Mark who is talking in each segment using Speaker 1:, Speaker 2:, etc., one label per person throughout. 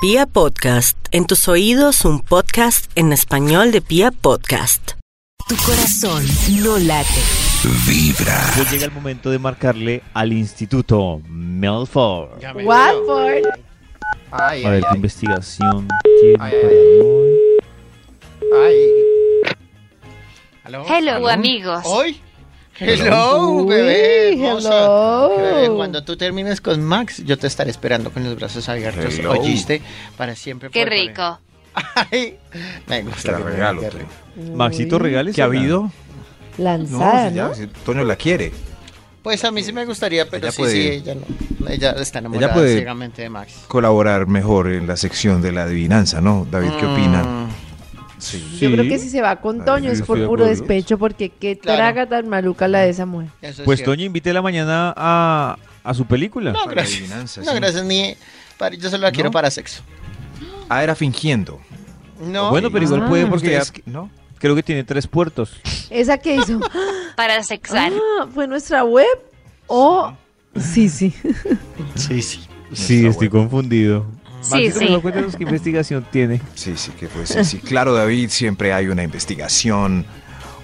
Speaker 1: Pia Podcast, en tus oídos un podcast en español de Pia Podcast.
Speaker 2: Tu corazón no late.
Speaker 3: Pues llega el momento de marcarle al Instituto Melford.
Speaker 4: Ya me dio.
Speaker 5: Watford.
Speaker 4: Ay,
Speaker 3: A ver
Speaker 4: ay,
Speaker 3: qué
Speaker 4: ay,
Speaker 3: investigación tiene para
Speaker 4: Ay, ay, ay.
Speaker 3: hoy.
Speaker 4: ay. ¿Aló?
Speaker 6: Hello,
Speaker 4: ¿Aló?
Speaker 6: amigos.
Speaker 4: ¿Hoy? Hello, bebé.
Speaker 5: Uy,
Speaker 4: hermosa.
Speaker 5: hello.
Speaker 4: Bebé, Cuando tú termines con Max, yo te estaré esperando con los brazos abiertos. Oíste para siempre.
Speaker 6: Qué
Speaker 4: por-
Speaker 6: rico.
Speaker 4: Ay, me gusta. que me
Speaker 7: regalo,
Speaker 4: digas
Speaker 7: Toño.
Speaker 4: rico.
Speaker 3: Maxito,
Speaker 5: Uy,
Speaker 3: regales.
Speaker 7: ¿Qué ha habido?
Speaker 5: Lanzada,
Speaker 7: si
Speaker 5: Ah, ¿no?
Speaker 7: ya, si Toño la quiere.
Speaker 4: Pues a mí sí me gustaría, pero
Speaker 7: Ella
Speaker 4: sí,
Speaker 7: puede-
Speaker 4: sí, ella no. Ella está enamorada
Speaker 7: puede-
Speaker 4: ciegamente de Max.
Speaker 7: Colaborar mejor en la sección de la adivinanza, ¿no? David, ¿qué opina?
Speaker 4: Mm,
Speaker 3: Sí.
Speaker 5: Ah, Yo creo que si se va con
Speaker 7: Ay,
Speaker 5: Toño
Speaker 7: yo
Speaker 5: es por
Speaker 7: estoy de
Speaker 5: puro
Speaker 7: acuerdo.
Speaker 5: despecho, porque qué
Speaker 4: Claro.
Speaker 5: traga tan maluca la de esa mujer.
Speaker 4: eso es
Speaker 3: Pues
Speaker 4: cierto.
Speaker 3: Toño, invite la mañana a, a su película.
Speaker 4: No,
Speaker 7: Para
Speaker 4: gracias.
Speaker 7: adivinanza,
Speaker 4: No,
Speaker 7: sí.
Speaker 4: gracias, ni. para- yo solo la quiero
Speaker 7: ¿No?
Speaker 4: para sexo.
Speaker 7: Ah, era fingiendo.
Speaker 4: No.
Speaker 3: Bueno, pero igual
Speaker 5: Ah.
Speaker 3: puede porque
Speaker 7: Ustedes
Speaker 3: ya
Speaker 7: que- ¿no?
Speaker 3: creo que tiene tres puertos.
Speaker 5: Esa que hizo
Speaker 6: Para sexar.
Speaker 5: ah, fue nuestra web o sí, sí.
Speaker 4: Sí, sí.
Speaker 3: Sí,
Speaker 7: Nuestra
Speaker 3: estoy
Speaker 7: web.
Speaker 3: confundido.
Speaker 7: Ah,
Speaker 6: Sí,
Speaker 3: Maxito, ¿nos
Speaker 6: sí.
Speaker 3: cuéntanos qué investigación tiene?
Speaker 7: Sí, sí, que pues sí, sí. Claro, David, siempre hay una investigación.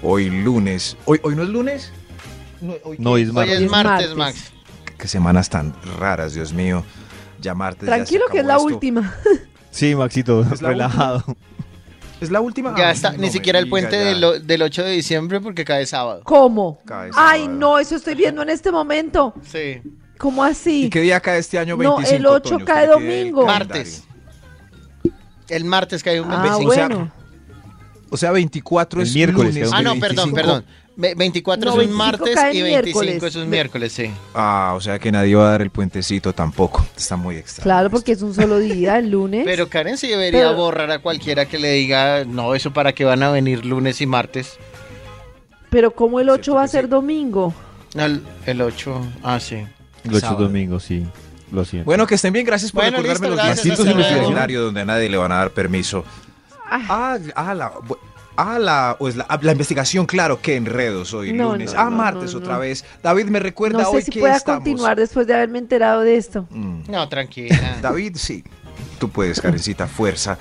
Speaker 7: Hoy lunes. ¿Hoy, hoy no es lunes?
Speaker 3: No, es
Speaker 4: Hoy
Speaker 3: martes.
Speaker 4: es martes,
Speaker 5: martes.
Speaker 4: Max.
Speaker 7: Qué semanas tan raras, Dios mío. Ya martes. ya se
Speaker 5: Tranquilo que es
Speaker 7: acabó
Speaker 5: la
Speaker 7: esto.
Speaker 5: última.
Speaker 3: Sí, Maxito,
Speaker 7: Es la
Speaker 3: relajado.
Speaker 7: ¿Es la última?
Speaker 4: Ya está,
Speaker 7: Ay,
Speaker 4: ni
Speaker 7: Ah, no
Speaker 4: siquiera
Speaker 7: me
Speaker 4: el puente
Speaker 7: diga,
Speaker 4: del,
Speaker 7: ya.
Speaker 4: o- del 8 de diciembre porque cae sábado.
Speaker 5: ¿Cómo?
Speaker 7: Cae
Speaker 5: Ay,
Speaker 7: sábado.
Speaker 5: no, eso estoy viendo en este momento.
Speaker 4: Sí.
Speaker 5: ¿Cómo así?
Speaker 7: ¿Y qué día cae este año
Speaker 5: No,
Speaker 7: 25?
Speaker 5: el ocho
Speaker 7: Toño?
Speaker 5: cae
Speaker 7: ¿Usted tiene el
Speaker 5: domingo.
Speaker 7: calendario?
Speaker 4: Martes. El martes cae un
Speaker 5: Ah,
Speaker 4: 25.
Speaker 5: bueno.
Speaker 7: O sea, 24
Speaker 3: El
Speaker 7: es
Speaker 3: miércoles,
Speaker 7: lunes.
Speaker 3: que
Speaker 4: Ah, no,
Speaker 7: 25.
Speaker 4: perdón, perdón. Ve- 24
Speaker 5: No,
Speaker 4: es un
Speaker 5: 25
Speaker 4: martes
Speaker 5: cae
Speaker 4: y 25
Speaker 5: miércoles.
Speaker 4: es un miércoles, sí.
Speaker 7: Ah, o sea que nadie va a dar el puentecito tampoco. Está muy extraño.
Speaker 5: Claro, porque es un solo día, el lunes.
Speaker 4: Pero Karen sí debería
Speaker 5: Pero-
Speaker 4: borrar a cualquiera que le diga, no, eso para que van a venir lunes y martes.
Speaker 5: Pero ¿cómo el 8
Speaker 7: Cierto
Speaker 5: va a
Speaker 7: que
Speaker 5: ser
Speaker 7: sí.
Speaker 5: domingo?
Speaker 4: No, el, 8. Ah, sí.
Speaker 3: Los ocho
Speaker 7: Sábado.
Speaker 3: domingos, sí. Lo siento.
Speaker 7: Bueno, que estén bien. Gracias por
Speaker 4: Bueno,
Speaker 7: recordarme
Speaker 4: listo,
Speaker 7: los
Speaker 4: gracias,
Speaker 7: días.
Speaker 3: hasta
Speaker 7: en el
Speaker 3: luego.
Speaker 7: calendario donde a nadie le van a dar permiso.
Speaker 5: Ah,
Speaker 7: Ah, ah, la, bu- ah, la, o es la, ah, la investigación, claro, que enredos hoy
Speaker 5: No,
Speaker 7: lunes.
Speaker 5: no,
Speaker 7: ah,
Speaker 5: no,
Speaker 7: martes
Speaker 5: no, no.
Speaker 7: otra vez. David, me recuerda
Speaker 5: no sé
Speaker 7: hoy
Speaker 5: si
Speaker 7: que
Speaker 5: pueda
Speaker 7: estamos.
Speaker 5: continuar después de haberme enterado de esto.
Speaker 7: Mm.
Speaker 4: No, tranquila.
Speaker 7: David, sí. Tú puedes, Karencita, fuerza.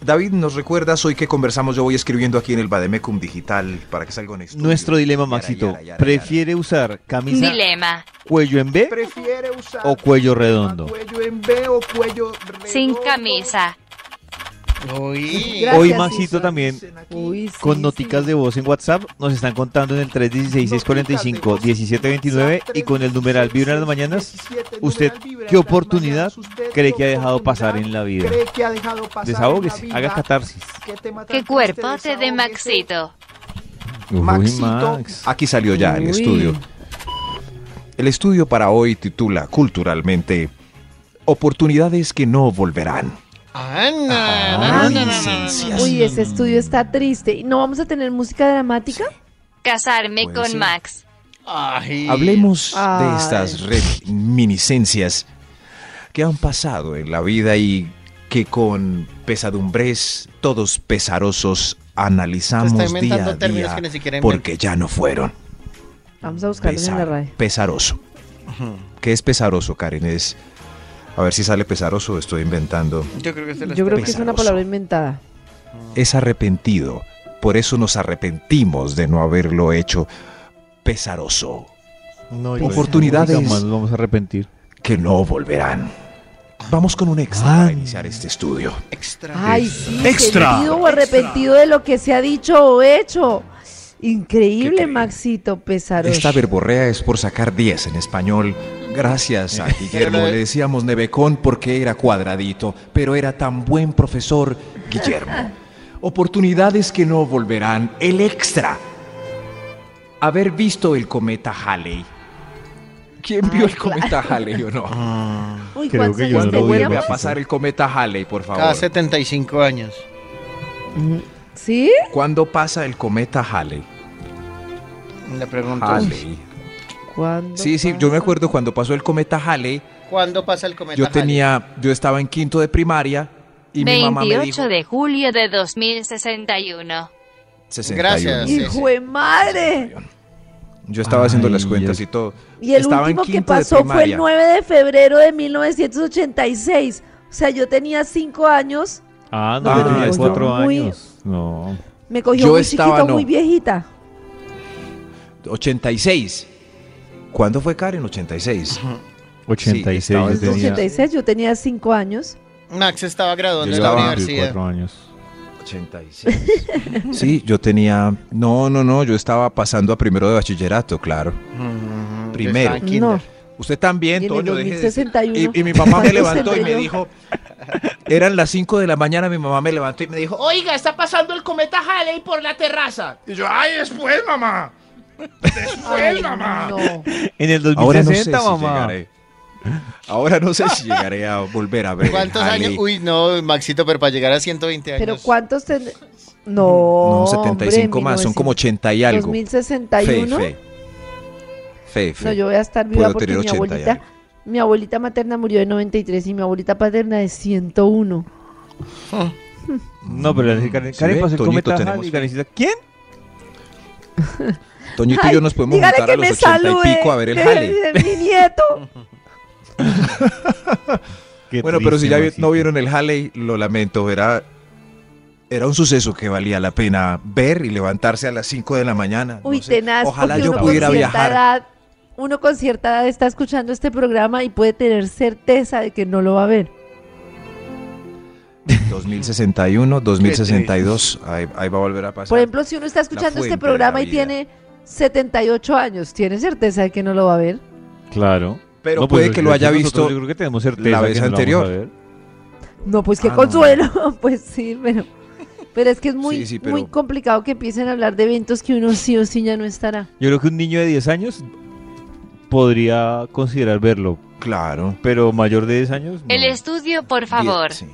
Speaker 7: David, ¿nos recuerdas hoy que conversamos? Yo voy escribiendo aquí en el Bademecum Digital para que salga en estudio.
Speaker 3: Nuestro dilema,
Speaker 7: Yara,
Speaker 3: Maxito.
Speaker 7: yara, yara, yara.
Speaker 3: ¿Prefiere usar camisa
Speaker 6: Dilema.
Speaker 3: cuello en B
Speaker 7: prefiere usar
Speaker 3: o cuello redondo?
Speaker 7: Ah, cuello en B o cuello
Speaker 6: Sin
Speaker 7: redondo?
Speaker 6: camisa.
Speaker 4: Uy.
Speaker 5: Gracias.
Speaker 3: Hoy Maxito también
Speaker 5: Uy, sí,
Speaker 3: con
Speaker 5: sí.
Speaker 3: noticas de voz en WhatsApp nos están contando en el 316-645-1729 y con el numeral Vibra en las Mañanas. ¿Usted qué oportunidad cree que ha dejado pasar en la vida? Desahóguese, haga catarsis.
Speaker 6: Qué cuerpo te de Maxito.
Speaker 3: Uy,
Speaker 7: Maxito.
Speaker 3: Max.
Speaker 7: Aquí salió ya el
Speaker 5: Uy.
Speaker 7: estudio. El estudio para hoy titula culturalmente Oportunidades que no volverán.
Speaker 4: Ah, no,
Speaker 3: Ah,
Speaker 4: no, no, no, no, no,
Speaker 7: licencias.
Speaker 4: no.
Speaker 5: Uy, ese estudio está triste. ¿Y no vamos a tener música dramática?
Speaker 6: Casarme
Speaker 7: Puede
Speaker 6: con
Speaker 7: ser.
Speaker 6: Max.
Speaker 4: Ay.
Speaker 7: Hablemos de
Speaker 5: Ay.
Speaker 7: estas reminiscencias que han pasado en la vida y que con pesadumbres todos pesarosos
Speaker 4: Se está
Speaker 7: analizamos día
Speaker 4: inventando
Speaker 7: a
Speaker 4: términos
Speaker 7: día
Speaker 4: que ni siquiera
Speaker 7: porque ya no fueron.
Speaker 5: Vamos a buscarlos en la
Speaker 7: Pesar-
Speaker 5: radio.
Speaker 7: Pesaroso. ¿Qué es pesaroso, Karen? Es a ver si sale pesaroso, o estoy inventando.
Speaker 4: Yo creo que se lo
Speaker 5: Yo creo que
Speaker 4: está-
Speaker 5: es una
Speaker 7: pesaroso.
Speaker 5: palabra inventada.
Speaker 7: Es arrepentido. Por eso nos arrepentimos de no haberlo hecho pesaroso.
Speaker 3: No,
Speaker 5: Pesaroso.
Speaker 7: Oportunidades.
Speaker 3: Nunca más nos vamos a arrepentir.
Speaker 7: que no volverán. Vamos con un extra para iniciar este estudio.
Speaker 4: Extra.
Speaker 5: Ay, sí, sentido o arrepentido de lo que se ha dicho o hecho.
Speaker 7: ¿Qué
Speaker 5: Increíble,
Speaker 7: creen?
Speaker 5: Maxito Pesaroso.
Speaker 7: Esta verborrea es por sacar 10 en español. Gracias a Guillermo.
Speaker 4: Pero lo-
Speaker 7: Le decíamos Nebecón porque era cuadradito, pero era tan buen profesor, Guillermo. Oportunidades que no volverán. El extra. Haber visto el cometa Halley.
Speaker 3: Ah,
Speaker 7: ¿Quién vio el cometa Halley o no?
Speaker 5: Uy,
Speaker 3: Creo
Speaker 5: ¿cuántos
Speaker 3: que yo
Speaker 5: años
Speaker 3: no lo
Speaker 5: teníamos?
Speaker 7: Vuelve a pasar el cometa Halley, por
Speaker 4: Cada
Speaker 7: favor.
Speaker 4: 75 años.
Speaker 5: ¿Sí?
Speaker 7: ¿Cuándo pasa el cometa Halley?
Speaker 4: Le pregunto.
Speaker 7: Halley.
Speaker 5: ¿Cuándo
Speaker 7: Sí, sí,
Speaker 5: pasa?
Speaker 7: yo me acuerdo cuando pasó el cometa Halley,
Speaker 4: ¿Cuándo pasa el cometa?
Speaker 7: yo
Speaker 4: Halley?
Speaker 7: tenía, yo estaba en quinto de primaria y mi mamá me dijo
Speaker 6: 28 de julio de 2061.
Speaker 7: 61.
Speaker 4: Gracias. Sí,
Speaker 5: ¡Hijo de madre!
Speaker 7: Yo estaba haciendo las
Speaker 3: Ay,
Speaker 7: cuentas
Speaker 3: ya.
Speaker 7: y todo.
Speaker 5: Y el
Speaker 7: Estaba en
Speaker 5: último que
Speaker 7: quinto de
Speaker 5: pasó fue el
Speaker 7: primaria.
Speaker 5: 9 de febrero de 1986. O sea, yo tenía cingo años,
Speaker 3: Ah,
Speaker 5: No,
Speaker 3: no, yo
Speaker 5: no,
Speaker 3: tenía
Speaker 5: no,
Speaker 3: cuatro
Speaker 5: no. Muy-
Speaker 3: años. No.
Speaker 5: me cogió
Speaker 7: Yo
Speaker 5: muy
Speaker 7: estaba,
Speaker 5: chiquito,
Speaker 7: no.
Speaker 5: muy viejita.
Speaker 7: 86. ¿Cuándo fue Karen? 86.
Speaker 3: 86
Speaker 7: estaba
Speaker 3: yo
Speaker 7: en
Speaker 3: tenía.
Speaker 5: 86, yo tenía cinco años.
Speaker 4: Max estaba graduando
Speaker 7: Yo
Speaker 4: en la
Speaker 7: llevaba
Speaker 4: universidad.
Speaker 3: 24 años.
Speaker 7: 86. Sí, yo tenía... No, no, no, yo estaba pasando a primero de bachillerato, claro.
Speaker 4: Mm,
Speaker 7: Primero.
Speaker 4: estaba en kinder.
Speaker 5: No.
Speaker 7: Usted también,
Speaker 5: Y en el
Speaker 7: Toño, deje de-
Speaker 5: 2061.
Speaker 7: Y, y mi mamá me
Speaker 5: ¿Cuántos
Speaker 7: levantó y
Speaker 5: tendré
Speaker 7: me
Speaker 5: yo?
Speaker 7: dijo... Eran las 5 de la mañana, mi mamá me levantó y me dijo...
Speaker 8: Oiga, está pasando el cometa Halley por la terraza. Y yo, ay, después, mamá. Después, mamá.
Speaker 5: No.
Speaker 3: En el
Speaker 7: Ahora no sé
Speaker 3: 2060,
Speaker 7: si
Speaker 3: mamá.
Speaker 7: llegaré. Ahora no sé si llegaré a volver a ver.
Speaker 4: ¿Cuántos
Speaker 7: Halley.
Speaker 4: años? Uy, no, Maxito, pero para llegar a 120 años.
Speaker 5: Pero ¿cuántos tendré?
Speaker 7: No,
Speaker 5: No.
Speaker 7: 75
Speaker 5: hombre,
Speaker 7: más, son
Speaker 5: 1900,
Speaker 7: como 80 y algo.
Speaker 5: 2061.
Speaker 7: Fe, fe. Fe, fe.
Speaker 5: No, yo voy a estar viva
Speaker 7: Puedo
Speaker 5: porque
Speaker 7: tener
Speaker 5: mi
Speaker 7: 80 y
Speaker 5: abuelita,
Speaker 7: algo.
Speaker 5: mi abuelita materna murió de 93 y mi abuelita paterna de 101.
Speaker 3: No, pero la Karen,
Speaker 7: ¿Sí
Speaker 3: Karen
Speaker 7: ve?
Speaker 3: pasó el
Speaker 7: Toñito,
Speaker 3: cometa
Speaker 7: tenemos-
Speaker 3: Halley, Karencita, ¿Quién?
Speaker 7: Toñito y
Speaker 5: Ay,
Speaker 7: yo nos podemos
Speaker 5: dígale
Speaker 7: juntar a
Speaker 5: que
Speaker 7: los
Speaker 5: me
Speaker 7: 80
Speaker 5: salude,
Speaker 7: y pico a ver el
Speaker 5: que
Speaker 7: Halley.
Speaker 5: es Mi nieto.
Speaker 3: Qué
Speaker 7: Bueno, pero si
Speaker 3: triste,
Speaker 7: ya vi-
Speaker 3: Maxito.
Speaker 7: no vieron el Halley, lo lamento, era, era un suceso que valía la pena ver y levantarse a las 5 de la mañana. no
Speaker 5: Uy,
Speaker 7: sé.
Speaker 5: tenaz,
Speaker 7: Ojalá
Speaker 5: porque
Speaker 7: yo
Speaker 5: uno
Speaker 7: pudiera
Speaker 5: con cierta
Speaker 7: viajar.
Speaker 5: edad, uno con cierta edad está escuchando este programa y puede tener certeza de que no lo va a ver.
Speaker 7: 2061, 2062, ahí, ahí va a volver a pasar.
Speaker 5: Por ejemplo, si uno está escuchando
Speaker 7: fuente de
Speaker 5: este
Speaker 7: la
Speaker 5: programa y
Speaker 7: vida.
Speaker 5: tiene 78 años, ¿tiene certeza de que no lo va a ver?
Speaker 3: Claro.
Speaker 7: pero
Speaker 3: No, pues,
Speaker 7: puede que lo
Speaker 3: yo-
Speaker 7: haya
Speaker 3: nosotros
Speaker 7: visto.
Speaker 3: Yo creo que tenemos certeza
Speaker 7: la vez
Speaker 3: que no lo vamos
Speaker 7: anterior.
Speaker 3: a ver.
Speaker 5: No, pues qué
Speaker 7: Ah, no.
Speaker 5: consuelo. pues sí, pero, pero es que es muy,
Speaker 7: Sí, sí, pero-
Speaker 5: muy complicado que empiecen a hablar de eventos que uno sí o sí ya no estará.
Speaker 3: Yo creo que un niño de 10 años podría considerar verlo,
Speaker 7: Claro.
Speaker 3: pero mayor de 10 años. no.
Speaker 6: El estudio, por favor.
Speaker 7: Sí.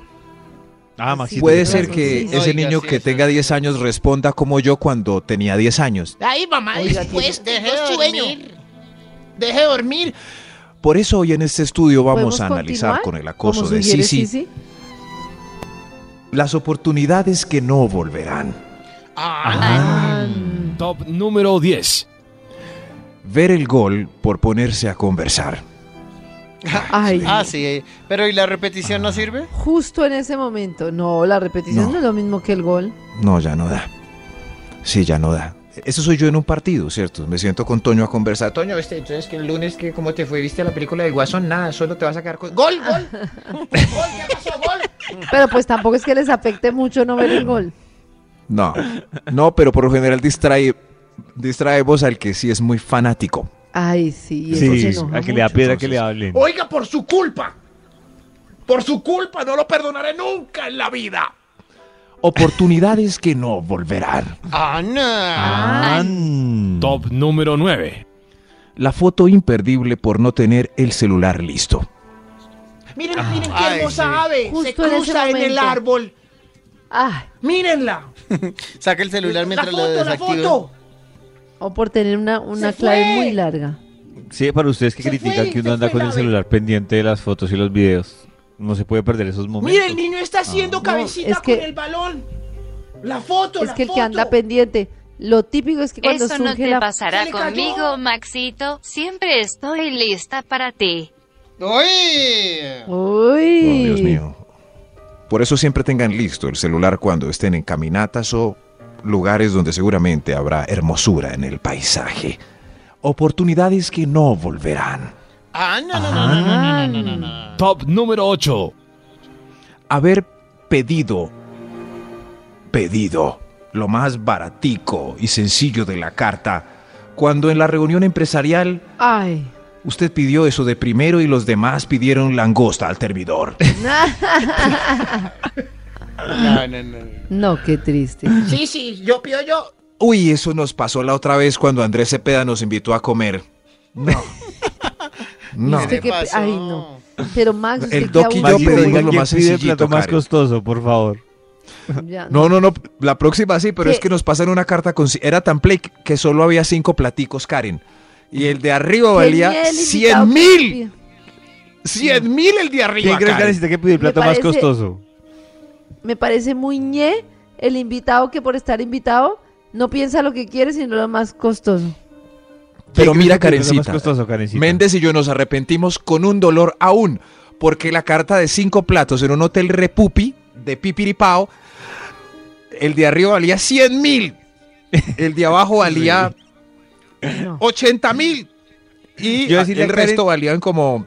Speaker 3: Ah,
Speaker 5: Sí,
Speaker 3: Maxito.
Speaker 7: Puede
Speaker 5: tienes
Speaker 7: ser
Speaker 5: razón,
Speaker 7: que
Speaker 5: sí.
Speaker 4: No
Speaker 7: ese
Speaker 4: digas
Speaker 7: niño
Speaker 4: sí,
Speaker 7: que
Speaker 4: eso
Speaker 7: tenga
Speaker 4: es-
Speaker 7: 10 años responda como yo cuando tenía 10 años.
Speaker 8: Ay, mamá,
Speaker 4: Oiga,
Speaker 8: después
Speaker 4: tiene-
Speaker 8: tengo
Speaker 4: deje de
Speaker 8: sueño.
Speaker 4: dormir.
Speaker 8: Deje de dormir.
Speaker 7: Por eso hoy en este estudio vamos
Speaker 5: ¿Podemos
Speaker 7: a analizar
Speaker 5: continuar?
Speaker 7: con el acoso
Speaker 5: Como
Speaker 7: de
Speaker 5: sugiere
Speaker 7: Sisi
Speaker 5: Sisi.
Speaker 7: las oportunidades que no volverán. Ah.
Speaker 9: Top número 10.
Speaker 7: Ver el gol por ponerse a conversar.
Speaker 5: Ay,
Speaker 4: Ah, sí. Pero ¿y la repetición
Speaker 7: Ah.
Speaker 4: no sirve?
Speaker 5: justo en ese momento. No, la repetición
Speaker 7: No.
Speaker 5: no. es lo mismo que el gol.
Speaker 7: No, ya no da. Sí, ya no da. Eso soy yo en un partido, ¿cierto? Me siento con Toño a conversar. Toño,
Speaker 4: Toño, este, entonces que el lunes que cómo te fue, viste la película del Guasón, nada, solo te vas a quedar con gol, gol.
Speaker 5: Pero pues tampoco es que les afecte mucho no ver el gol.
Speaker 7: no. No, pero por lo general distrae, distraemos al que sí es muy fanático.
Speaker 5: Ay, sí, eso
Speaker 3: Sí,
Speaker 5: se
Speaker 3: a
Speaker 5: enoja
Speaker 3: que le da
Speaker 5: mucho.
Speaker 3: piedra que le hablen.
Speaker 8: Oiga, por su culpa. Por su culpa, no lo perdonaré nunca en la vida.
Speaker 7: Oportunidades que no volverán.
Speaker 4: Ana.
Speaker 7: Ah.
Speaker 3: An.
Speaker 9: Top número 9.
Speaker 7: La foto imperdible por no tener el celular listo. Ah.
Speaker 8: Miren, miren qué
Speaker 4: Ay,
Speaker 8: hermosa
Speaker 4: sí.
Speaker 8: ave. se
Speaker 5: Justo en ese
Speaker 8: cruza en, el
Speaker 5: momento.
Speaker 8: árbol.
Speaker 5: Ay,
Speaker 8: Mírenla.
Speaker 4: Saca el celular
Speaker 8: La
Speaker 4: mientras lo
Speaker 8: foto, la
Speaker 4: desactiva.
Speaker 8: foto.
Speaker 5: o por tener una, una
Speaker 8: Se
Speaker 5: clave
Speaker 8: fue.
Speaker 5: muy larga.
Speaker 3: Sí, para ustedes que
Speaker 8: Se
Speaker 3: critican
Speaker 8: fue,
Speaker 3: que
Speaker 8: se
Speaker 3: uno anda
Speaker 8: fue
Speaker 3: con
Speaker 8: la
Speaker 3: el
Speaker 8: ave.
Speaker 3: celular pendiente de las fotos y los videos. No se puede perder esos momentos.
Speaker 8: Mira, el niño está haciendo cabecita
Speaker 5: es que-
Speaker 8: con el balón. La foto,
Speaker 5: Es
Speaker 8: la
Speaker 5: que el que
Speaker 8: foto.
Speaker 5: anda pendiente, lo típico es que cuando
Speaker 6: Eso no
Speaker 5: surge
Speaker 6: te
Speaker 5: la...
Speaker 6: pasará
Speaker 8: Se le cayó.
Speaker 6: conmigo, Maxito. Siempre estoy lista para ti.
Speaker 4: ¡Uy!
Speaker 5: Uy,
Speaker 7: Oh, Dios mío. Por eso siempre tengan listo el celular cuando estén en caminatas o lugares donde seguramente habrá hermosura en el paisaje. Oportunidades que no volverán.
Speaker 4: Ah, no, no, no, no, no, no, no, no, no.
Speaker 9: Top número 8.
Speaker 7: Haber pedido, pedido, lo más baratico y sencillo de la carta, cuando en la reunión empresarial
Speaker 5: Ay,
Speaker 7: usted pidió eso de primero y los demás pidieron langosta al termidor.
Speaker 4: No, no, no.
Speaker 5: no, qué triste.
Speaker 8: Sí, sí, yo pido yo.
Speaker 7: Uy, eso nos pasó la otra vez cuando Andrés Cepeda nos invitó a comer. No. No.
Speaker 5: Usted que-
Speaker 4: pasó?
Speaker 5: Ay, no. Pero Max, usted
Speaker 7: El
Speaker 5: que
Speaker 7: Doc y yo
Speaker 5: abusivo.
Speaker 7: pedimos
Speaker 3: diga
Speaker 7: lo
Speaker 3: quién
Speaker 7: más
Speaker 3: pide el
Speaker 7: sencillito,
Speaker 3: plato más
Speaker 7: Karen.
Speaker 3: costoso, por favor.
Speaker 5: Ya,
Speaker 7: No, no, no. La próxima sí, pero
Speaker 5: ¿Qué?
Speaker 7: es que nos pasan una carta con. Era tan play que solo había cinco platicos, Karen. Y el de arriba
Speaker 5: Tenía
Speaker 7: valía
Speaker 5: el invitado
Speaker 7: cien
Speaker 5: que
Speaker 7: mil.
Speaker 5: pide.
Speaker 7: Cien mil el de
Speaker 3: ¿Quién
Speaker 7: arriba.
Speaker 3: crees
Speaker 7: Karen.
Speaker 3: que que pidió el
Speaker 5: Me
Speaker 3: plato más
Speaker 5: parece-
Speaker 3: costoso?
Speaker 5: Me parece muy ñe el invitado que por estar invitado no piensa lo que quiere, sino lo más costoso.
Speaker 7: Pero
Speaker 3: ¿Quién
Speaker 7: mira,
Speaker 3: crees que pidió el plato más
Speaker 7: Karencita.
Speaker 3: costoso, Karencita?
Speaker 7: Méndez y yo nos arrepentimos con un dolor aún, porque la carta de cinco platos en un hotel repupi de Pipiripao, el de arriba valía 100 mil, el de abajo valía 80 mil y
Speaker 3: Yo
Speaker 7: a-
Speaker 3: decirle
Speaker 7: el
Speaker 3: a Karen-
Speaker 7: resto valían como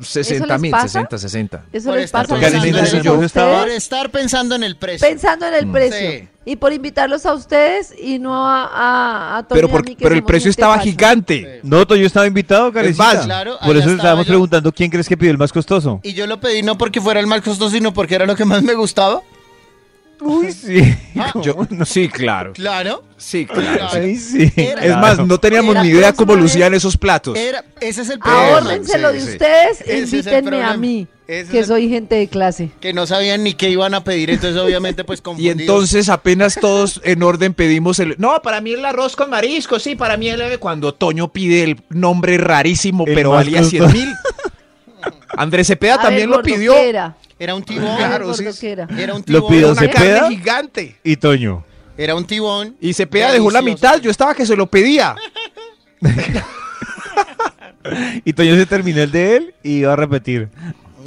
Speaker 7: 60 mil,
Speaker 5: pasa?
Speaker 7: 60, 60.
Speaker 5: Eso
Speaker 4: Por
Speaker 5: les
Speaker 4: estar,
Speaker 5: pasa
Speaker 3: Karen,
Speaker 5: mucho
Speaker 3: entonces
Speaker 5: a
Speaker 3: yo
Speaker 5: ustedes
Speaker 3: estaba-
Speaker 4: por estar pensando en el precio.
Speaker 5: pensando en el precio
Speaker 4: Sí.
Speaker 5: y por invitarlos a ustedes y no a a, a Tony
Speaker 7: Pero,
Speaker 5: y a
Speaker 7: porque,
Speaker 5: mí, que
Speaker 7: pero el
Speaker 5: somos
Speaker 7: precio
Speaker 5: gente
Speaker 7: estaba
Speaker 5: falsa.
Speaker 7: gigante.
Speaker 3: No, yo estaba invitado, Karencita.
Speaker 7: más,
Speaker 4: claro,
Speaker 3: Por
Speaker 4: allá
Speaker 3: eso le
Speaker 4: estaba
Speaker 3: estábamos
Speaker 4: yo.
Speaker 3: preguntando quién crees que pidió el más costoso.
Speaker 4: Y yo lo pedí no porque fuera el más costoso, sino porque era lo que más me gustaba.
Speaker 3: Uy, sí.
Speaker 7: Yo- sí, claro.
Speaker 4: Claro.
Speaker 7: Sí, claro. sí.
Speaker 3: Ay, sí.
Speaker 4: Era-
Speaker 7: Es más, no teníamos
Speaker 5: Era ¿eh?
Speaker 7: ni idea cómo
Speaker 5: próxima vez.
Speaker 7: lucían esos platos.
Speaker 4: Era, ese
Speaker 5: Ah,
Speaker 4: es el problema.
Speaker 5: Ahórrense lo de
Speaker 7: Sí, sí.
Speaker 5: ustedes,
Speaker 4: Ese es el
Speaker 5: invítenme a
Speaker 4: problema.
Speaker 5: mí,
Speaker 4: Ese es
Speaker 5: que
Speaker 4: el-
Speaker 5: soy gente de clase.
Speaker 4: Que no sabían ni qué iban a pedir, entonces obviamente pues
Speaker 7: Y
Speaker 4: confundidos.
Speaker 7: entonces apenas todos en orden pedimos el... No, para mí el arroz con marisco, sí, para mí el... eh, Cuando Toño pide el nombre rarísimo,
Speaker 3: El
Speaker 7: pero
Speaker 3: más
Speaker 7: valía
Speaker 3: costoso.
Speaker 7: 100 mil. Andrés Cepeda
Speaker 5: A ver,
Speaker 7: también lo
Speaker 5: gordo,
Speaker 7: pidió.
Speaker 5: ¿qué era?
Speaker 4: Era un tibón.
Speaker 5: A ver,
Speaker 7: Claro,
Speaker 5: gordo,
Speaker 7: sí, sí.
Speaker 5: ¿qué era?
Speaker 4: Era un
Speaker 3: Lo
Speaker 4: tibón.
Speaker 3: pidió
Speaker 4: una
Speaker 7: Una
Speaker 4: ca-
Speaker 3: Cepeda.
Speaker 7: carne gigante.
Speaker 3: Y Toño.
Speaker 4: Era un tibón.
Speaker 7: Y Cepeda dejó la
Speaker 4: Delicioso.
Speaker 7: mitad, yo estaba que se lo pedía.
Speaker 3: Y Toño se terminó el de él y iba a repetir.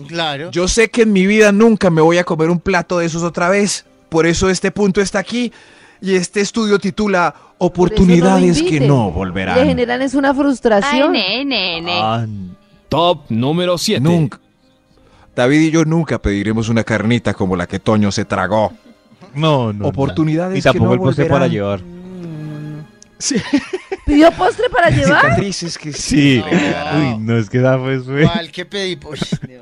Speaker 4: Claro.
Speaker 7: Yo sé que en mi vida nunca me voy a comer un plato de esos otra vez. Por eso este punto está aquí y este estudio titula
Speaker 5: Por eso no lo
Speaker 7: Oportunidades que
Speaker 5: inviten.
Speaker 7: no
Speaker 5: Le
Speaker 7: volverán.
Speaker 5: generan es una frustración.
Speaker 6: ANNN.
Speaker 3: Ah,
Speaker 9: Top número 7.
Speaker 7: Nunca. David y yo nunca pediremos una carnita como la que Toño se tragó.
Speaker 3: no, no, no.
Speaker 7: Oportunidades
Speaker 3: Y tampoco
Speaker 7: que no
Speaker 3: el postre para
Speaker 7: volverán.
Speaker 3: llevar.
Speaker 5: ¿Pidió postre para llevar?
Speaker 7: Cicatrices que
Speaker 3: Sí.
Speaker 4: No.
Speaker 3: Uy, no, es que esa fue su...
Speaker 4: ¿Cuál que pedí? Uy, Dios mío.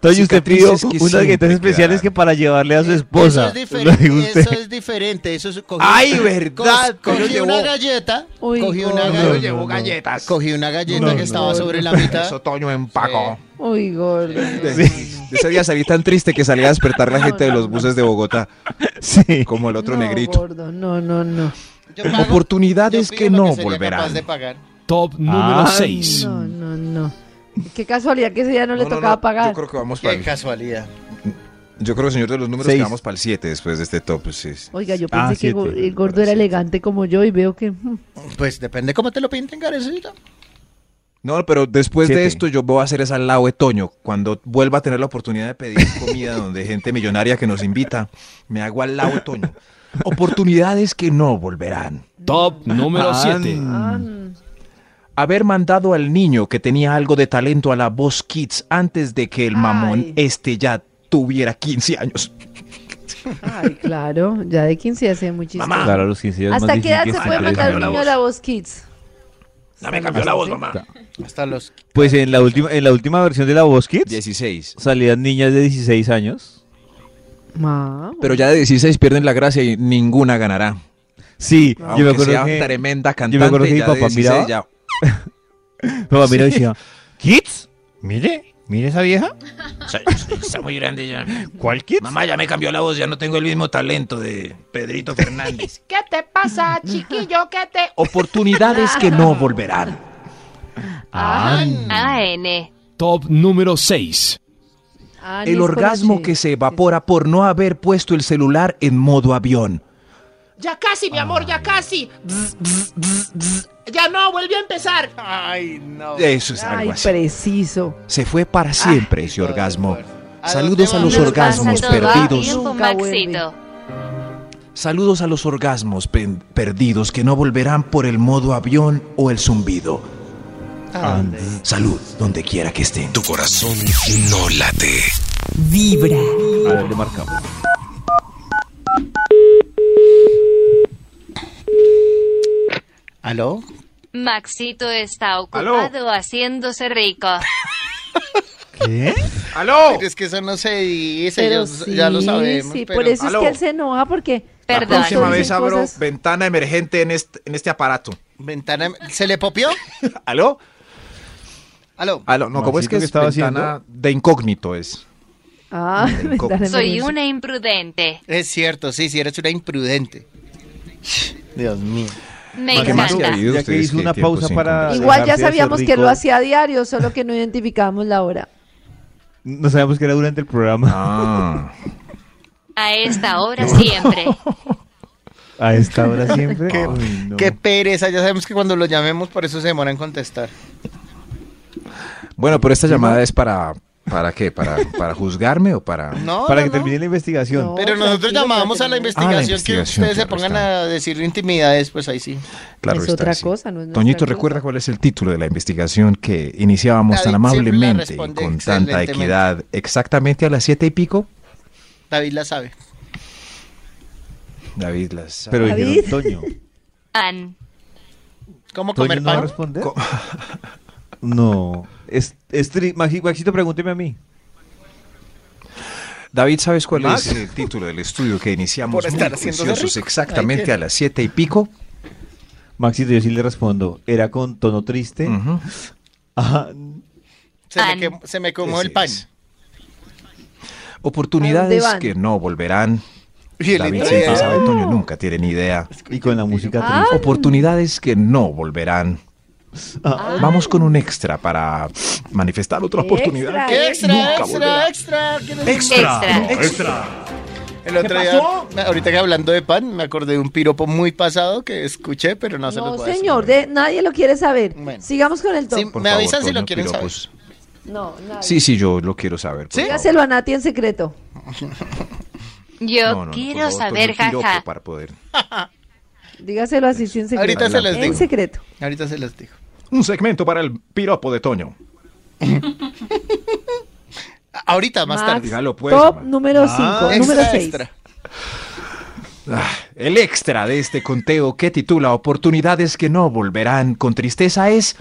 Speaker 3: Toño, usted pidió
Speaker 7: cicatrices que
Speaker 3: unas galletas
Speaker 7: siempre
Speaker 3: especiales
Speaker 7: quedarán.
Speaker 3: que para llevarle a su
Speaker 4: Eso
Speaker 3: esposa.
Speaker 4: es
Speaker 3: Lo dijo
Speaker 4: diferente.
Speaker 3: usted.
Speaker 4: Eso es diferente. Eso es, cogí-
Speaker 7: Ay, verdad,
Speaker 4: co- Cogí,
Speaker 7: pero
Speaker 4: una
Speaker 7: llevó-
Speaker 4: galleta.
Speaker 5: Uy,
Speaker 4: cogí
Speaker 5: gordo.
Speaker 4: una
Speaker 3: No,
Speaker 4: galleta.
Speaker 3: no, no.
Speaker 7: galletas.
Speaker 4: Ah, Cogí una galleta
Speaker 3: No,
Speaker 4: que
Speaker 3: no,
Speaker 4: estaba
Speaker 5: no.
Speaker 4: sobre la mitad.
Speaker 7: Eso Toño empacó.
Speaker 5: Uy, gordo.
Speaker 7: De- de ese día salí tan triste que salí a despertar la gente de los buses de Bogotá,
Speaker 3: Sí.
Speaker 7: como el otro
Speaker 5: no,
Speaker 7: negrito.
Speaker 5: gordo, no, no, no.
Speaker 4: Yo pago-
Speaker 7: Oportunidades
Speaker 4: yo
Speaker 7: que
Speaker 4: pido lo
Speaker 7: no
Speaker 4: sería
Speaker 7: volverán.
Speaker 4: capaz de pagar.
Speaker 9: Top número
Speaker 3: Ah,
Speaker 9: 6.
Speaker 5: No, no, no. Qué casualidad que ese día no, le tocaba pagar.
Speaker 7: Yo creo que vamos para
Speaker 4: Qué
Speaker 7: el,
Speaker 4: casualidad.
Speaker 7: yo creo, señor de los números,
Speaker 3: Seis.
Speaker 7: que vamos para el 7 después de este top. sí, sí.
Speaker 5: Oiga, yo
Speaker 3: Ah,
Speaker 5: pensé que el go-
Speaker 3: siete.
Speaker 5: el gordo era elegante como yo y veo que... mm,
Speaker 4: Pues depende cómo te lo pinten, carecita.
Speaker 7: No, pero después
Speaker 3: Siete.
Speaker 7: de esto yo voy a hacer esa al lado de Toño. Cuando vuelva a tener la oportunidad de pedir comida donde hay gente millonaria que nos invita, me hago al lado de Toño. Oportunidades que no volverán.
Speaker 9: Top número 7.
Speaker 5: ah,
Speaker 7: Haber mandado al niño que tenía algo de talento a la voz Kids antes de que el mamón
Speaker 5: Ay.
Speaker 7: este ya tuviera 15 años.
Speaker 5: Ay, claro, ya de 15 hace muchísimo.
Speaker 7: Mamá.
Speaker 3: Claro, a los 15 años
Speaker 5: ¿Hasta
Speaker 3: más
Speaker 5: qué edad
Speaker 3: difícil
Speaker 5: se
Speaker 3: que
Speaker 5: puede
Speaker 3: se
Speaker 5: mandar un
Speaker 3: les-
Speaker 5: niño a la voz Kids?
Speaker 7: No me cambió la voz, mamá.
Speaker 4: Hasta los.
Speaker 3: Pues en la última, en la última versión de la voz Kids
Speaker 7: 16.
Speaker 3: salían niñas de 16 años.
Speaker 5: Ma,
Speaker 7: Pero ya de 16 pierden la gracia y ninguna ganará.
Speaker 3: Sí,
Speaker 7: Aunque
Speaker 3: yo me acuerdo
Speaker 7: sea
Speaker 3: que
Speaker 7: tremenda
Speaker 3: yo me
Speaker 7: cantante,
Speaker 3: acuerdo que mi
Speaker 7: ya de
Speaker 3: papá
Speaker 7: 16
Speaker 3: miraba.
Speaker 7: ya-
Speaker 3: mi papá miraba y decía, ¿Kids? Mire, mire esa vieja.
Speaker 7: Está muy grande ya.
Speaker 3: ¿Cuál Kids?
Speaker 7: Mamá ya me cambió la voz, ya no tengo el mismo talento de Pedrito Fernández.
Speaker 8: ¿Qué te pasa, chiquillo? ¿Qué te...?
Speaker 7: Oportunidades que no volverán.
Speaker 6: AN.
Speaker 9: Top número 6.
Speaker 5: ah,
Speaker 7: El
Speaker 5: no es
Speaker 7: orgasmo
Speaker 5: coloche.
Speaker 7: que se evapora por no haber puesto el celular en modo avión.
Speaker 8: Ya casi, mi amor, ya casi.
Speaker 5: Mm,
Speaker 8: ya no, vuelve a empezar. Ay, no.
Speaker 7: Eso es
Speaker 5: Ay,
Speaker 7: algo así.
Speaker 5: preciso.
Speaker 7: Se fue
Speaker 6: Ah.
Speaker 7: para siempre ese orgasmo.
Speaker 4: ¿A
Speaker 7: Saludos
Speaker 4: dónde
Speaker 7: a los
Speaker 4: vamos?
Speaker 7: orgasmos
Speaker 6: Nos pasa todo el
Speaker 7: perdidos.
Speaker 6: tiempo,
Speaker 5: Nunca vuelve.
Speaker 6: Maxito.
Speaker 7: Saludos a los orgasmos pen- perdidos que no volverán por el modo avión o el zumbido.
Speaker 6: Ah,
Speaker 7: Salud, donde quiera que estén.
Speaker 10: Tu corazón no late.
Speaker 2: Vibra.
Speaker 3: A ver, le marcamos.
Speaker 4: ¿Aló?
Speaker 6: Maxito está ocupado haciéndose rico.
Speaker 3: ¿Qué?
Speaker 7: ¡Aló!
Speaker 4: Es que eso no se dice,
Speaker 5: Pero
Speaker 4: ya,
Speaker 5: sí,
Speaker 4: ya lo sabemos.
Speaker 5: sí,
Speaker 4: pero- Ah,
Speaker 5: por eso
Speaker 7: Aló.
Speaker 5: es que él se enoja porque...
Speaker 6: Perdón.
Speaker 7: La próxima
Speaker 5: Entonces,
Speaker 7: vez abro
Speaker 5: cosas-
Speaker 7: ventana emergente en este, en este aparato.
Speaker 4: Ventana, ¿Se le popió?
Speaker 7: ¿Aló?
Speaker 4: ¿Aló?
Speaker 7: ¿Aló? No, ¿cómo es
Speaker 3: Maxito,
Speaker 7: que es
Speaker 3: ¿qué estaba
Speaker 7: ventana de incógnito es?
Speaker 5: Ah,
Speaker 7: ¿Cómo?
Speaker 5: dale,
Speaker 6: Soy
Speaker 5: Mauricio.
Speaker 6: una imprudente.
Speaker 4: Es cierto, sí, sí, eres una imprudente. Dios mío.
Speaker 6: Me
Speaker 7: ¿Qué más que ha
Speaker 6: encanta.
Speaker 7: habido?
Speaker 3: Ya que
Speaker 7: Ustedes
Speaker 3: hizo una
Speaker 7: tiempo
Speaker 3: pausa
Speaker 7: sin
Speaker 3: para-
Speaker 7: conversar.
Speaker 5: Igual ya
Speaker 3: Dejarse de hacer
Speaker 5: sabíamos que él lo
Speaker 3: rico.
Speaker 5: hacía a diario, solo que no identificábamos la hora.
Speaker 3: No sabemos que era durante el programa.
Speaker 7: Ah.
Speaker 6: A esta hora siempre.
Speaker 3: A esta hora siempre. Uy, no.
Speaker 4: Qué pereza, ya sabemos que cuando lo llamemos por eso se demora en contestar.
Speaker 7: Bueno, pero esta llamada es para ¿Para qué? ¿Para, para juzgarme o para...?
Speaker 4: No,
Speaker 3: para
Speaker 4: no,
Speaker 3: que
Speaker 4: no.
Speaker 3: termine la investigación.
Speaker 5: No.
Speaker 4: Pero nosotros
Speaker 5: tranquilo,
Speaker 4: llamábamos a la
Speaker 5: tranquilo.
Speaker 4: investigación,
Speaker 7: Ah, la investigación,
Speaker 4: que ustedes se
Speaker 7: claro
Speaker 4: pongan
Speaker 7: está.
Speaker 4: a decir intimidades, pues ahí sí.
Speaker 7: Claro
Speaker 5: Es
Speaker 7: está,
Speaker 5: otra
Speaker 7: sí.
Speaker 5: cosa, no es nuestra
Speaker 7: Toñito,
Speaker 5: cosa.
Speaker 7: ¿recuerda cuál es el título de la investigación que iniciábamos tan
Speaker 4: David siempre la
Speaker 7: amablemente y con
Speaker 4: responde
Speaker 7: tanta
Speaker 4: excelentemente.
Speaker 7: equidad exactamente a las siete y pico?
Speaker 4: David la sabe.
Speaker 7: David, las...
Speaker 3: Pero
Speaker 5: David.
Speaker 3: dijeron Toño.
Speaker 6: An.
Speaker 4: ¿Cómo
Speaker 3: ¿Toño
Speaker 4: comer
Speaker 3: no va a
Speaker 4: pan?
Speaker 3: responder? No. Es, es tri- Maxi- Maxito, pregúnteme a mí.
Speaker 7: David, ¿sabes cuál
Speaker 3: Max?
Speaker 7: es el título del estudio que iniciamos
Speaker 4: Por estar
Speaker 7: muy
Speaker 4: haciéndose
Speaker 7: juiciosos
Speaker 4: rico. Ay,
Speaker 7: exactamente
Speaker 4: qué-
Speaker 7: a las siete y pico?
Speaker 3: Maxito, yo sí le respondo. Era con tono triste.
Speaker 7: Ujú.
Speaker 3: Ajá.
Speaker 4: Se me,
Speaker 6: Pan.
Speaker 4: quem- se me quemó
Speaker 7: Ese
Speaker 4: el pan.
Speaker 7: es. Oportunidades
Speaker 5: ¿A dónde
Speaker 7: que
Speaker 5: van?
Speaker 7: no volverán.
Speaker 4: Y el
Speaker 7: David
Speaker 4: entra-
Speaker 7: siempre sabe,
Speaker 5: Ah.
Speaker 7: Toño nunca tiene ni idea.
Speaker 3: Y con la música
Speaker 5: Ah.
Speaker 3: triste.
Speaker 7: Oportunidades que no volverán.
Speaker 3: Ah.
Speaker 7: Vamos con un extra para manifestar otra oportunidad.
Speaker 5: Extra,
Speaker 7: que
Speaker 4: Extra,
Speaker 7: nunca
Speaker 4: extra,
Speaker 7: volverá. este,
Speaker 4: extra. ¿Quién es-
Speaker 6: Extra.
Speaker 4: El otro
Speaker 8: ¿Qué
Speaker 4: día,
Speaker 8: pasó?
Speaker 4: me- ahorita que hablando de pan, me acordé de un piropo muy pasado que escuché, pero no, se
Speaker 5: No,
Speaker 4: los voy a decir.
Speaker 5: señor, de, nadie lo quiere saber.
Speaker 4: Bueno.
Speaker 5: Sigamos con el top.
Speaker 4: Sí,
Speaker 7: Por
Speaker 4: me
Speaker 7: favor,
Speaker 4: avisan si
Speaker 7: Toño
Speaker 4: lo quieren saber.
Speaker 7: Piropos.
Speaker 5: No, nadie.
Speaker 7: Sí, sí, yo lo quiero saber. por
Speaker 4: ¿Sí?
Speaker 7: favor.
Speaker 5: Dígaselo a Nati en secreto.
Speaker 6: Yo
Speaker 7: No, no, no, por
Speaker 6: quiero
Speaker 7: favor,
Speaker 6: saber,
Speaker 7: Toño, piropo
Speaker 6: jaja.
Speaker 7: para poder.
Speaker 5: Dígaselo así, sí, en secreto.
Speaker 4: Ahorita se los
Speaker 5: En
Speaker 4: digo.
Speaker 5: secreto.
Speaker 4: Ahorita se los digo.
Speaker 7: Un segmento para el piropo de Toño.
Speaker 4: A- Ahorita, más
Speaker 5: Max,
Speaker 4: tarde.
Speaker 7: Dígalo, pues,
Speaker 5: top
Speaker 7: Max.
Speaker 5: número 5, número 6.
Speaker 4: extra.
Speaker 7: El extra de este conteo que titula Oportunidades que no volverán con tristeza es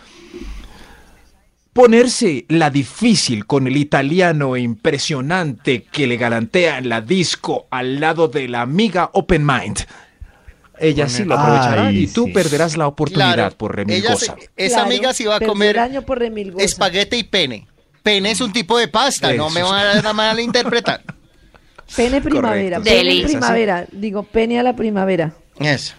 Speaker 7: ponerse la difícil con el italiano impresionante que le galantea en la disco al lado de la amiga Open Mind. Ella sí lo aprovechará
Speaker 3: Ay,
Speaker 7: y tú
Speaker 3: sí.
Speaker 7: perderás la oportunidad
Speaker 4: Claro,
Speaker 7: por
Speaker 4: ella
Speaker 7: remilgosa.
Speaker 4: se- esa amiga se iba a
Speaker 5: El
Speaker 4: comer
Speaker 5: año por remilgosa.
Speaker 4: espaguete y pene. Pene es un tipo de pasta, no
Speaker 7: Eso
Speaker 4: me
Speaker 7: sí.
Speaker 4: van a dar la mala interpretar.
Speaker 5: Pene primavera.
Speaker 7: Correcto,
Speaker 6: sí.
Speaker 5: pene
Speaker 6: Deli.
Speaker 5: primavera. Digo, pene a la primavera.
Speaker 4: Eso.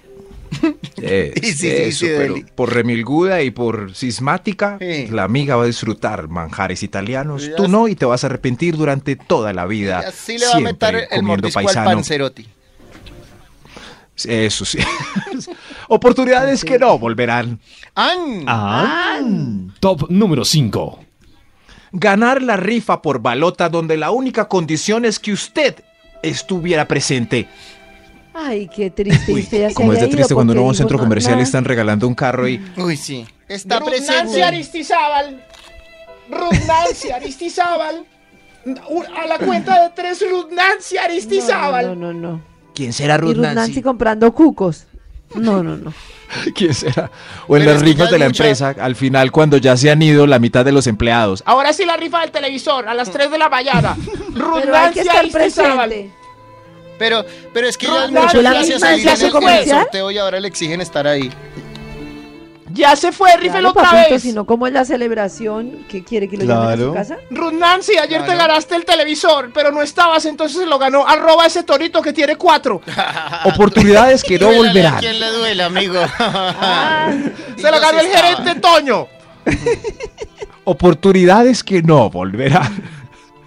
Speaker 7: Eh,
Speaker 4: Sí, sí, sí,
Speaker 7: eso,
Speaker 4: sí,
Speaker 7: pero
Speaker 4: Deli.
Speaker 7: por remilguda y por sismática,
Speaker 4: Sí.
Speaker 7: la amiga va a disfrutar manjares italianos.
Speaker 4: Y
Speaker 7: Tú
Speaker 4: así-
Speaker 7: no y te vas a arrepentir durante toda la
Speaker 4: Y
Speaker 7: vida.
Speaker 4: así le va a
Speaker 7: siempre
Speaker 4: meter el
Speaker 7: comiendo
Speaker 4: mordisco al panzerotti.
Speaker 7: Eso sí. Oportunidades que no volverán.
Speaker 4: ¡An!
Speaker 3: Ah.
Speaker 9: Top número 5.
Speaker 7: Ganar la rifa por balota donde la única condición es que usted estuviera presente.
Speaker 5: Ay, qué triste. y usted ya se
Speaker 7: Como es
Speaker 5: había
Speaker 7: de
Speaker 5: ido
Speaker 7: triste cuando
Speaker 5: porque
Speaker 7: uno va a un
Speaker 5: digo,
Speaker 7: centro
Speaker 5: no,
Speaker 7: comercial y
Speaker 5: nada.
Speaker 7: están regalando un carro y...
Speaker 4: Uy, sí. Está
Speaker 8: Ruth Nancy
Speaker 4: presente.
Speaker 8: Aristizábal. Ruth Nancy Aristizábal. Un- A la cuenta de tres, Ruth Nancy Aristizábal.
Speaker 5: No, no, no. no, no.
Speaker 7: ¿Quién será
Speaker 5: Y
Speaker 7: Ruth
Speaker 5: Ruth Nancy
Speaker 7: Nancy?
Speaker 5: comprando cucos. No, no, no.
Speaker 7: ¿Quién será? O en
Speaker 4: Pero
Speaker 7: las
Speaker 4: es que
Speaker 7: rifas
Speaker 4: ya
Speaker 7: de la
Speaker 4: lucha-
Speaker 7: empresa, al final cuando ya se han ido la mitad de los empleados.
Speaker 8: Ahora sí la rifa del televisor, a las 3 de la mañana. Ruth
Speaker 5: Pero hay que
Speaker 8: Nancy
Speaker 5: estar
Speaker 8: Aristizábal.
Speaker 5: presente.
Speaker 4: Pero, pero es que ya
Speaker 8: Ruth
Speaker 4: muchos
Speaker 8: Nancy
Speaker 4: gracias a
Speaker 8: Aristizábal.
Speaker 4: Dios
Speaker 8: ¿Se
Speaker 4: en
Speaker 8: fue?
Speaker 4: el sorteo y ahora le exigen estar ahí.
Speaker 8: Ya se fue, rifelo
Speaker 5: Claro,
Speaker 8: otra
Speaker 5: papito,
Speaker 8: vez.
Speaker 5: si no, ¿cómo es la celebración? ¿Qué quiere que lo llamen a
Speaker 3: Claro.
Speaker 5: su casa?
Speaker 8: Ruth Nancy, ayer te
Speaker 4: Claro.
Speaker 8: ganaste el televisor, pero no estabas, entonces lo ganó. Arroba ese torito que tiene cuatro.
Speaker 7: Oportunidades que no
Speaker 4: Duélale a
Speaker 7: volverán.
Speaker 4: quien Ah, le duele, amigo? ah, Y
Speaker 8: Ah, Se lo
Speaker 4: yo
Speaker 8: ganó
Speaker 4: sí
Speaker 8: el
Speaker 4: estaba.
Speaker 8: gerente Toño.
Speaker 7: Oportunidades que no volverán.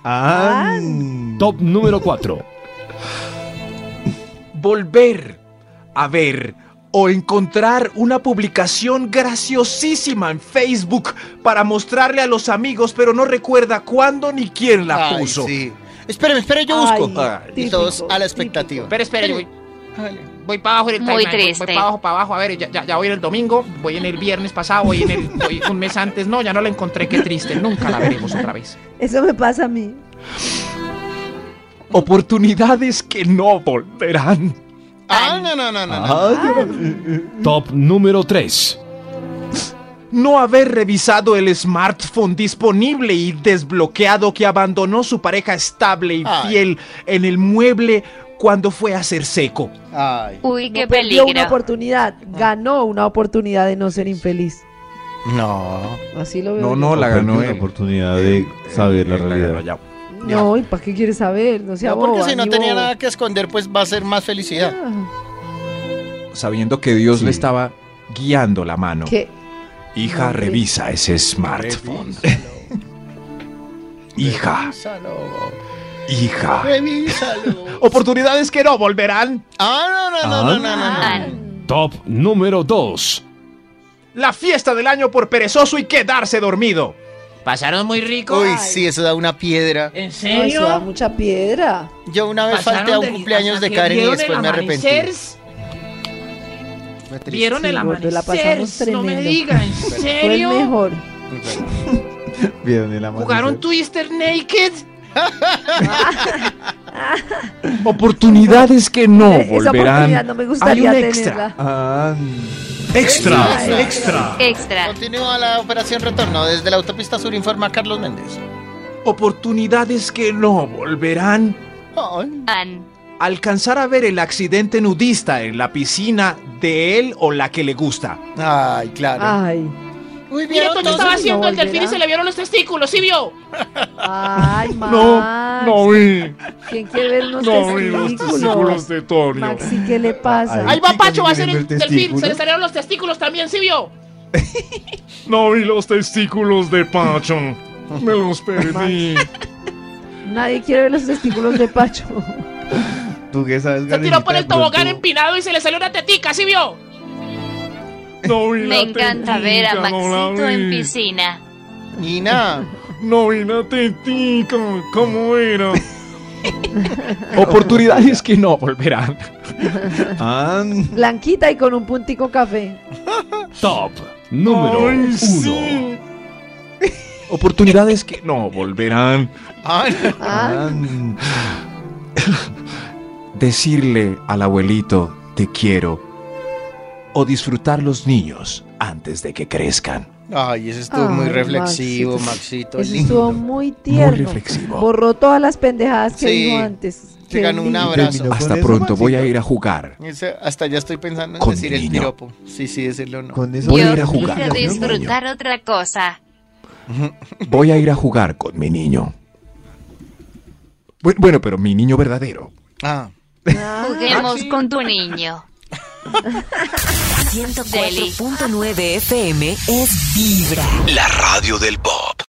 Speaker 3: Ah.
Speaker 9: Top número 4.
Speaker 7: volver a ver o encontrar una publicación graciosísima en Facebook para mostrarle a los amigos, pero no recuerda cuándo ni quién la
Speaker 4: Ay,
Speaker 7: puso.
Speaker 4: sí. Espéreme, espere, yo
Speaker 5: Ay,
Speaker 4: busco.
Speaker 7: Ay,
Speaker 4: y todos
Speaker 5: típico,
Speaker 4: a la expectativa.
Speaker 8: Pero espere, yo voy, voy para abajo en el
Speaker 6: Muy
Speaker 8: timeline, voy-
Speaker 6: triste.
Speaker 8: Voy, para abajo, para abajo. A ver, ya, ya, ya voy en el domingo, voy en el viernes pasado, voy en el voy un mes antes. No, ya no la encontré, qué triste. Nunca la veremos otra vez.
Speaker 5: Eso me pasa a mí.
Speaker 7: Oportunidades que no volverán.
Speaker 4: Ah, no, no, no, no. no.
Speaker 9: Top número 3.
Speaker 7: No haber revisado el smartphone disponible y desbloqueado que abandonó su pareja estable y
Speaker 4: Ay.
Speaker 7: fiel en el mueble cuando fue a hacer seco.
Speaker 4: Ay.
Speaker 6: Uy, qué
Speaker 5: No perdió una
Speaker 6: peligro.
Speaker 5: oportunidad.
Speaker 8: Ah.
Speaker 5: Ganó una oportunidad de no ser infeliz.
Speaker 4: No.
Speaker 5: Así lo veo.
Speaker 7: No,
Speaker 5: yo.
Speaker 7: no, la ganó
Speaker 3: La
Speaker 7: él.
Speaker 3: oportunidad
Speaker 8: Eh,
Speaker 3: de saber la realidad.
Speaker 5: No, ¿y para qué quieres saber? No sea
Speaker 4: No, porque
Speaker 5: boba,
Speaker 4: si no
Speaker 5: ni
Speaker 4: tenía
Speaker 5: bobo.
Speaker 4: nada que esconder, pues va a ser más felicidad.
Speaker 5: Ah,
Speaker 7: Sabiendo que Dios
Speaker 3: Sí.
Speaker 7: le estaba guiando la mano.
Speaker 5: ¿Qué?
Speaker 7: Hija,
Speaker 5: Hombre.
Speaker 7: revisa ese smartphone. Hija,
Speaker 4: Revísalo.
Speaker 7: hija.
Speaker 4: Revísalo.
Speaker 7: Oportunidades que no volverán.
Speaker 4: Ah, no, no, no, no, no, no, no.
Speaker 6: An.
Speaker 9: Top número 2.
Speaker 7: La fiesta del año por perezoso y quedarse dormido.
Speaker 8: Pasaron muy rico.
Speaker 4: Uy, sí, eso da una piedra.
Speaker 8: ¿En
Speaker 5: Ay, se da
Speaker 8: serio?
Speaker 5: mucha piedra.
Speaker 4: Yo una vez
Speaker 8: Pasaron
Speaker 4: falté a un
Speaker 8: del-
Speaker 4: cumpleaños
Speaker 8: hasta
Speaker 4: de
Speaker 8: que
Speaker 4: Karen y
Speaker 8: vieron
Speaker 4: después
Speaker 8: el
Speaker 4: me arrepentí.
Speaker 8: amanecer.
Speaker 4: Fue triste.
Speaker 8: Vieron el
Speaker 5: Sí, gordo, la
Speaker 8: amanecer.
Speaker 5: pasamos
Speaker 8: No me
Speaker 5: tremendo.
Speaker 8: digan, ¿en
Speaker 5: Fue el
Speaker 8: serio?
Speaker 5: mejor.
Speaker 3: Vieron el amanecer.
Speaker 8: ¿Jugaron Twister Naked?
Speaker 7: Oportunidades que no
Speaker 5: Eh, esa oportunidad
Speaker 7: volverán.
Speaker 5: no me gustaría
Speaker 7: Hay un extra.
Speaker 5: tenerla.
Speaker 3: Ah,
Speaker 7: Extra.
Speaker 4: Extra.
Speaker 7: Extra.
Speaker 6: Extra.
Speaker 4: Continúa la operación retorno. Desde la autopista sur informa Carlos Méndez.
Speaker 7: Oportunidades que no volverán.
Speaker 4: Ay.
Speaker 6: An.
Speaker 7: Alcanzar a ver el accidente nudista en la piscina de él o la que le gusta.
Speaker 4: Ay, claro.
Speaker 5: Ay,
Speaker 4: Uy,
Speaker 8: Mire
Speaker 4: vieron
Speaker 8: cuando
Speaker 4: todo.
Speaker 8: estaba
Speaker 5: no
Speaker 8: haciendo el delfín y
Speaker 5: volverá.
Speaker 8: se le vieron los testículos, ¿sí vio?
Speaker 5: ay, Max.
Speaker 7: vi.
Speaker 5: ¿Quién quiere ver los
Speaker 7: testículos
Speaker 5: testículos?
Speaker 7: de Tonio.
Speaker 5: Maxi, ¿qué le pasa?
Speaker 8: Ahí va
Speaker 3: Chica,
Speaker 8: Pacho, va a ser
Speaker 3: mirando
Speaker 8: el
Speaker 3: el
Speaker 8: delfín. Se
Speaker 3: testículo.
Speaker 8: le salieron los testículos también, ¿sí vio?
Speaker 7: No vi los testículos de Pacho. Me los perdí.
Speaker 5: Nadie quiere ver los testículos de Pacho.
Speaker 3: tú que sabes,
Speaker 8: Se tiró por el
Speaker 3: Karencita, de
Speaker 8: tobogán
Speaker 3: pronto-
Speaker 8: empinado y se le salió una tetica, ¿sí vio?
Speaker 7: No vi
Speaker 6: Me encanta ver a Maxito en piscina.
Speaker 4: Nina.
Speaker 7: No vi la tetica. ¿Cómo era? Oportunidades que no volverán.
Speaker 3: Ah,
Speaker 5: Blanquita y con un puntico café.
Speaker 9: Top número
Speaker 7: Ay,
Speaker 9: uno.
Speaker 7: sí. Oportunidades que no volverán.
Speaker 4: Ay,
Speaker 5: Ah,
Speaker 7: Decirle al abuelito te quiero. O disfrutar los niños antes de que crezcan.
Speaker 4: Ay, ese estuvo muy
Speaker 5: Ay,
Speaker 4: reflexivo,
Speaker 5: Maxito.
Speaker 4: Maxito.
Speaker 5: eso
Speaker 4: lindo.
Speaker 5: estuvo muy tierno.
Speaker 7: reflexivo.
Speaker 5: Borró todas las pendejadas que
Speaker 4: Sí.
Speaker 5: dijo antes.
Speaker 4: Se
Speaker 5: Qué
Speaker 4: ganó un
Speaker 5: lindo.
Speaker 4: abrazo.
Speaker 3: terminó con
Speaker 7: Hasta
Speaker 3: eso,
Speaker 7: pronto, voy a
Speaker 3: Maxito.
Speaker 7: ir a jugar.
Speaker 4: Ese- hasta ya estoy pensando en
Speaker 7: Con
Speaker 4: decir el
Speaker 7: Nina.
Speaker 4: piropo. Sí, sí, decirlo no.
Speaker 3: Con eso
Speaker 7: Voy a
Speaker 6: Yo
Speaker 7: ir a jugar.
Speaker 6: quise
Speaker 7: Dios mío.
Speaker 6: disfrutar otra cosa.
Speaker 7: Voy a ir a jugar con mi niño. Bu- Bueno, pero mi niño verdadero.
Speaker 4: Ah.
Speaker 6: Juguemos con tu niño.
Speaker 1: 104.9 FM es Vibra.
Speaker 11: La radio del pop.